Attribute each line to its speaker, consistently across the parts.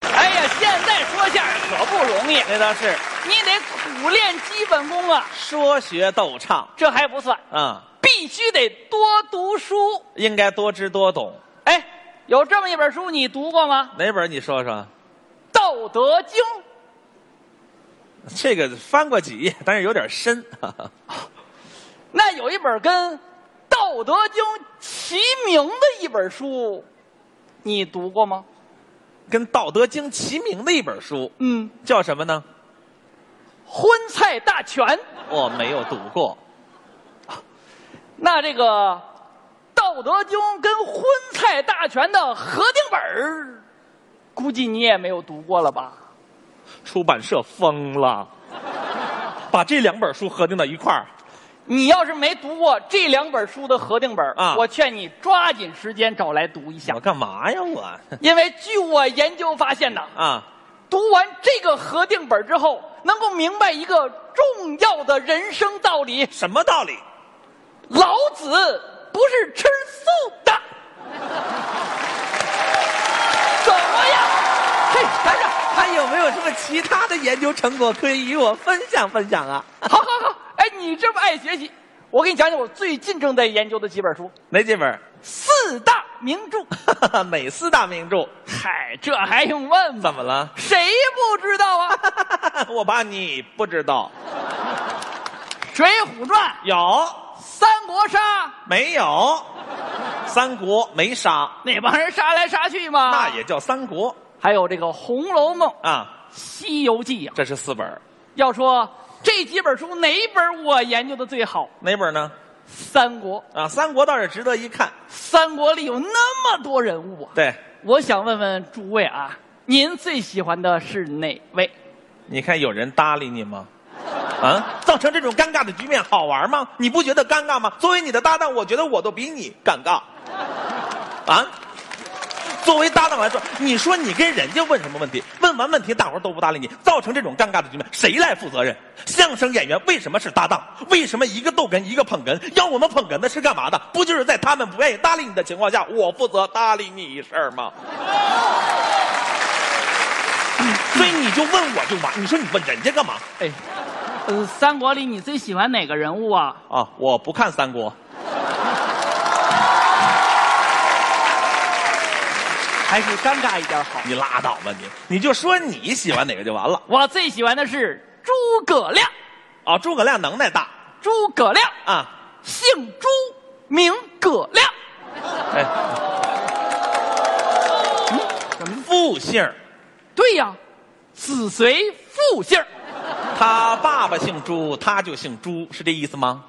Speaker 1: 哎现在说相声可不容易，
Speaker 2: 那倒是
Speaker 1: 你得苦练基本功啊。
Speaker 2: 说学逗唱
Speaker 1: 这还不算，
Speaker 2: 啊、
Speaker 1: 必须得多读书。
Speaker 2: 应该多知多懂。
Speaker 1: 哎，有这么一本书你读过吗？
Speaker 2: 哪本你说说？
Speaker 1: 《道德经》。
Speaker 2: 这个翻过几页，但是有点深。 哈哈
Speaker 1: 那有一本跟《道德经》齐名的一本书，你读过吗？
Speaker 2: 跟《道德经》齐名的一本书，
Speaker 1: 嗯，
Speaker 2: 叫什么呢？
Speaker 1: 《荤菜大全》。
Speaker 2: 我没有读过。
Speaker 1: 那这个《道德经》跟《荤菜大全》的合订本儿，估计你也没有读过了吧？
Speaker 2: 出版社疯了，把这两本书合并到一块儿。
Speaker 1: 你要是没读过这两本书的合订本儿
Speaker 2: 啊
Speaker 1: 我劝你抓紧时间找来读一下
Speaker 2: 我，干嘛呀我？
Speaker 1: 因为据我研究发现呐，
Speaker 2: 啊，
Speaker 1: 读完这个合订本之后，能够明白一个重要的人生道理：
Speaker 2: 什么道理？
Speaker 1: 老子不是吃素的。 怎么样？嘿，来着，
Speaker 2: 还有没有什么其他的研究成果可以与我分享分享 啊？
Speaker 1: 好好好，哎，你这么爱学习，我给你讲讲我最近正在研究的几本书，
Speaker 2: 哪几本？
Speaker 1: 四大名著。
Speaker 2: 哪四大名著？
Speaker 1: 嗨，这还用问吗？
Speaker 2: 怎么了？
Speaker 1: 谁不知道 啊？《
Speaker 2: 我怕你不知道。
Speaker 1: 水浒传》《
Speaker 2: 有
Speaker 1: 三国杀》，
Speaker 2: 没有？三国没杀，
Speaker 1: 那帮人杀来杀去嘛。
Speaker 2: 那也叫三国
Speaker 1: 还有这个《红楼梦》《
Speaker 2: 啊。
Speaker 1: 西游记》啊。
Speaker 2: 这是四本，
Speaker 1: 要说这几本书哪一本我研究的最好？
Speaker 2: 哪本呢？
Speaker 1: 三国，
Speaker 2: 啊，三国倒是值得一看。
Speaker 1: 三国里有那么多人物啊。
Speaker 2: 对，
Speaker 1: 我想问问诸位啊，您最喜欢的是哪位？
Speaker 2: 你看有人搭理你吗？啊，造成这种尴尬的局面好玩吗？你不觉得尴尬吗？作为你的搭档，我觉得我都比你尴尬。啊，作为搭档来说，你说你跟人家问什么问题？问完问题，大伙儿都不搭理你，造成这种尴尬的局面，谁来负责任？相声演员为什么是搭档？为什么一个逗哏一个捧哏？要我们捧哏的是干嘛的？不就是在他们不愿意搭理你的情况下，我负责搭理你一事儿吗？所以你就问我就完，你说你问人家干嘛？
Speaker 1: 哎，呃，三国里你最喜欢哪个人物啊？
Speaker 2: 啊，我不看三国。
Speaker 1: 还是尴尬一点好。
Speaker 2: 你拉倒吧你，你就说你喜欢哪个就完了。
Speaker 1: 我最喜欢的是诸葛亮，
Speaker 2: 啊，诸葛亮能耐大
Speaker 1: 诸葛亮，
Speaker 2: 啊，
Speaker 1: 姓朱，名葛亮，
Speaker 2: 哎，复姓儿，
Speaker 1: 对呀，子随父姓儿
Speaker 2: 他爸爸姓朱，他就姓朱，是这意思吗？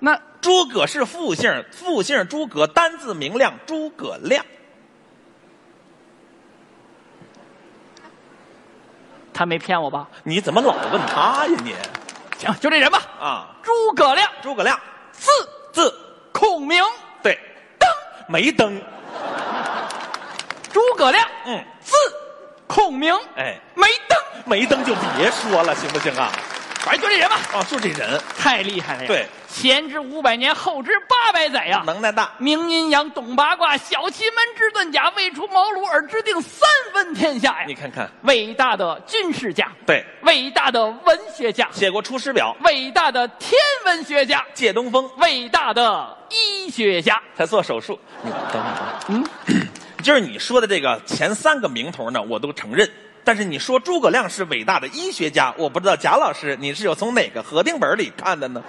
Speaker 1: 那
Speaker 2: 诸葛是复姓儿，复姓儿诸葛，单字明亮，诸葛亮。
Speaker 1: 他没骗我吧？
Speaker 2: 你怎么老问他呀你？
Speaker 1: 行，就这人吧。
Speaker 2: 啊，
Speaker 1: 诸葛亮，
Speaker 2: 诸葛亮，
Speaker 1: 字
Speaker 2: 字
Speaker 1: 孔明，
Speaker 2: 对，
Speaker 1: 登。
Speaker 2: 没登，
Speaker 1: 诸葛亮，
Speaker 2: 嗯，
Speaker 1: 字孔明，
Speaker 2: 哎，
Speaker 1: 没登。
Speaker 2: 没登就别说了，行不行啊？
Speaker 1: 反正就这人吧。
Speaker 2: 啊，就这人
Speaker 1: 太厉害了呀！
Speaker 2: 对，
Speaker 1: 前知五百年，后知八百载呀。
Speaker 2: 能耐大，
Speaker 1: 明阴阳，懂八卦，小奇门之遁甲，未出茅庐而知定三分天下
Speaker 2: 你
Speaker 1: 呀！
Speaker 2: 看看，
Speaker 1: 伟大的军事家，
Speaker 2: 对，
Speaker 1: 伟大的文学家，
Speaker 2: 写过《出师表》。
Speaker 1: 伟大的天文学家，
Speaker 2: 借东风
Speaker 1: 伟大的医学家。
Speaker 2: 才做手术。你等会儿，
Speaker 1: 嗯，
Speaker 2: 就是你说的这个前三个名头呢，我都承认。但是你说诸葛亮是伟大的医学家，我不知道贾老师你是有从哪个合订本里看的呢？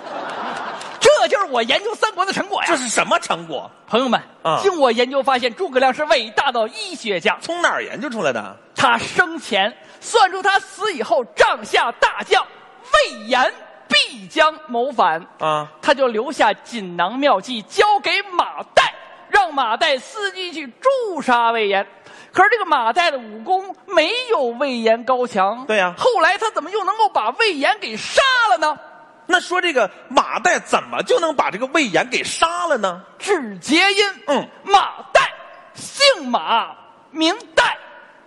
Speaker 1: 这就是我研究三国的成哎果呀！
Speaker 2: 这是什么成果？
Speaker 1: 朋友们，
Speaker 2: 啊
Speaker 1: 经我研究发现，诸葛亮是伟大的医学家。
Speaker 2: 从哪儿研究出来的？
Speaker 1: 他生前算出他死以后，帐下大将魏延必将谋反，
Speaker 2: 啊，
Speaker 1: 他就留下锦囊妙计交给马岱，让马岱伺机去诛杀魏延。可是这个马岱的武功没有魏延高强，
Speaker 2: 对呀
Speaker 1: 后来他怎么又能够把魏延给杀了呢？
Speaker 2: 那说这个马岱怎么就能把这个魏延给杀了呢？
Speaker 1: 至节因，
Speaker 2: 嗯，
Speaker 1: 马岱，姓马，名岱，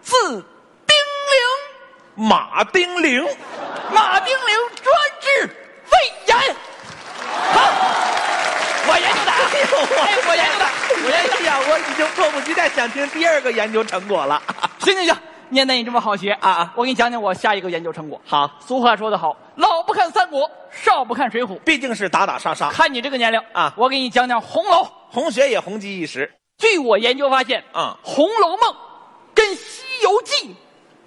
Speaker 1: 字丁玲。
Speaker 2: 马丁玲，
Speaker 1: 马丁玲专治肺炎。好，我研究的啊， 哎，我研究的，我研究的。
Speaker 2: 呀，我已经迫不及待想听第二个研究成果了。
Speaker 1: 行行行，念得你这么好学
Speaker 2: 啊啊
Speaker 1: 我给你讲讲我下一个研究成果。
Speaker 2: 好，
Speaker 1: 俗话说得好，老不看三国，少不看水浒。
Speaker 2: 毕竟是打打杀杀，
Speaker 1: 看你这个年龄
Speaker 2: 啊
Speaker 1: 我给你讲讲《红楼》。
Speaker 2: 红学也红极一时。
Speaker 1: 据我研究发现，
Speaker 2: 嗯
Speaker 1: 《红楼梦》跟《西游记》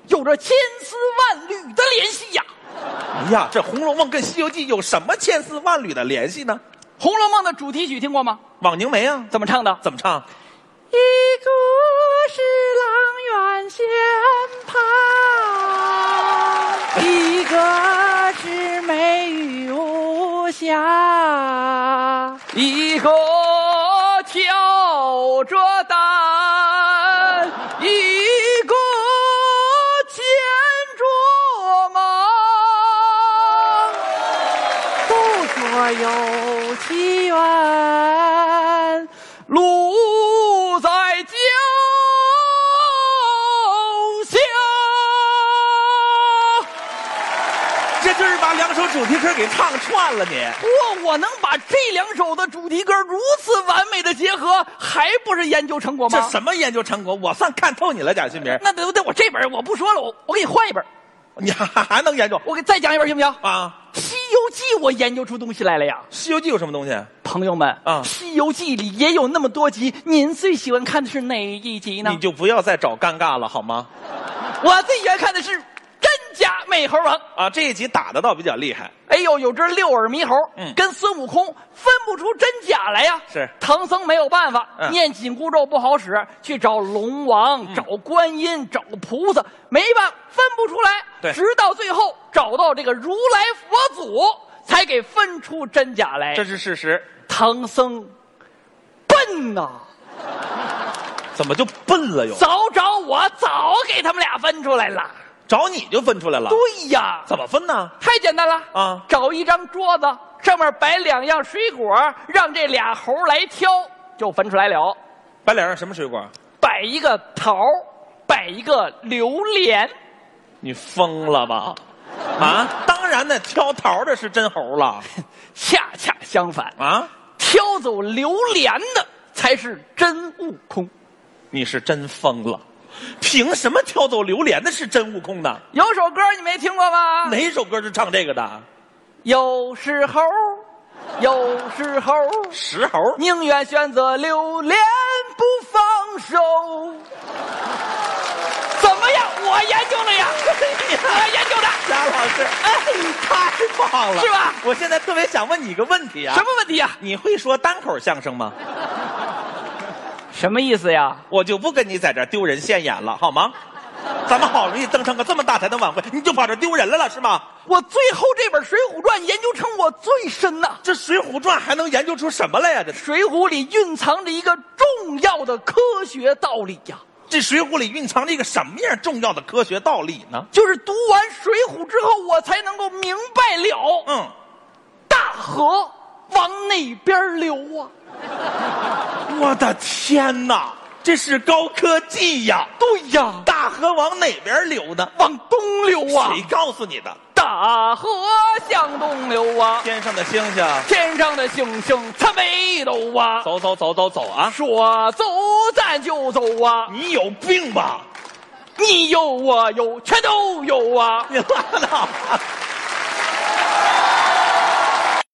Speaker 1: 有着千丝万缕的联系呀、
Speaker 2: 哎呀，这《红楼梦》跟《西游记》有什么千丝万缕的联系呢？
Speaker 1: 红楼梦》的主题曲听过吗？
Speaker 2: 枉凝眉啊，
Speaker 1: 怎么唱的？
Speaker 2: 怎么唱？
Speaker 1: 一个是阆苑仙葩，一个是美玉无瑕，一个挑着担，一个牵着马。不说有其缘，路在脚下。
Speaker 2: 这就是把两首主题歌给唱串了你，
Speaker 1: 哇，我能把这两首的主题歌如此完美的结合，还不是研究成果
Speaker 2: 这
Speaker 1: 吗？
Speaker 2: 什么研究成果？我算看透你了，贾新明，
Speaker 1: 那得得我这本我不说了，我我给你换一本，
Speaker 2: 你还还能研究
Speaker 1: 我给再讲一本行不行？《
Speaker 2: 啊？
Speaker 1: 西游记》我研究出东西来了呀！嗯
Speaker 2: 《西游记》有什么东西？
Speaker 1: 朋友们，
Speaker 2: 啊
Speaker 1: 西游记》里也有那么多集，您最喜欢看的是哪一集呢？
Speaker 2: 你就不要再找尴尬了好吗？
Speaker 1: 我最喜欢看的是真假美猴王。
Speaker 2: 啊，这一集打得倒比较厉害，
Speaker 1: 哎呦，有只六耳猕猴，
Speaker 2: 嗯
Speaker 1: 跟孙悟空分不出真假来呀。
Speaker 2: 是
Speaker 1: 唐僧没有办法，
Speaker 2: 嗯
Speaker 1: 念紧箍咒不好使，去找龙王、找观音、找菩萨，没办法分不出来。
Speaker 2: 对
Speaker 1: 直到最后找到这个如来佛祖，才给分出真假来。
Speaker 2: 这是事实。
Speaker 1: 唐僧笨呐、啊
Speaker 2: 怎么就笨了又？
Speaker 1: 早找我早给他们俩分出来了。
Speaker 2: 找你就分出来了？
Speaker 1: 对呀，
Speaker 2: 怎么分呢？
Speaker 1: 太简单了
Speaker 2: 啊
Speaker 1: 找一张桌子，上面摆两样水果，让这俩猴来挑，就分出来了。
Speaker 2: 摆脸上什么水果？
Speaker 1: 摆一个桃儿，摆一个榴莲。
Speaker 2: 你疯了吧？啊，当然呢，挑桃的是真猴了
Speaker 1: 恰恰相反，
Speaker 2: 啊！
Speaker 1: 挑走榴莲的才是真悟空。
Speaker 2: 你是真疯了，凭什么挑走榴莲的是真悟空呢？
Speaker 1: 有首歌你没听过吗？
Speaker 2: 哪首歌是唱这个的？
Speaker 1: 有时候，有时候，
Speaker 2: 石猴？
Speaker 1: 宁愿选择榴莲不放手。怎么样？我研究了呀， 我研究的。
Speaker 2: 贾老师，哎，太棒了，
Speaker 1: 是吧
Speaker 2: 我现在特别想问你一个问题啊，
Speaker 1: 什么？问题呀、
Speaker 2: 你会说单口相声吗？
Speaker 1: 什么意思呀？
Speaker 2: 我就不跟你在这儿丢人现眼了，好吗？咱们好容易登上个这么大台的晚会，你就跑这儿丢人来了是吗？
Speaker 1: 我最后这本《水浒传》研究成我最深呐、
Speaker 2: 这《水浒传》还能研究出什么来呀？这
Speaker 1: 水浒》里蕴藏着一个重要的科学道理呀、
Speaker 2: 这《水浒》里蕴藏着一个什么样重要的科学道理呢？
Speaker 1: 就是读完《水浒》之后，我才能够明白了，
Speaker 2: 嗯，
Speaker 1: 大河往哪边流啊？
Speaker 2: 我的天哪，这是高科技呀！
Speaker 1: 对呀，
Speaker 2: 大河往哪边流呢？
Speaker 1: 往东流啊！
Speaker 2: 谁告诉你的？
Speaker 1: 大河向东流啊，
Speaker 2: 天上的星星，
Speaker 1: 天上的星星它没走啊，
Speaker 2: 走走走走走啊！
Speaker 1: 说走咱就走啊。
Speaker 2: 你有病吧？
Speaker 1: 你有我有，全都有啊！
Speaker 2: 你拉倒吧！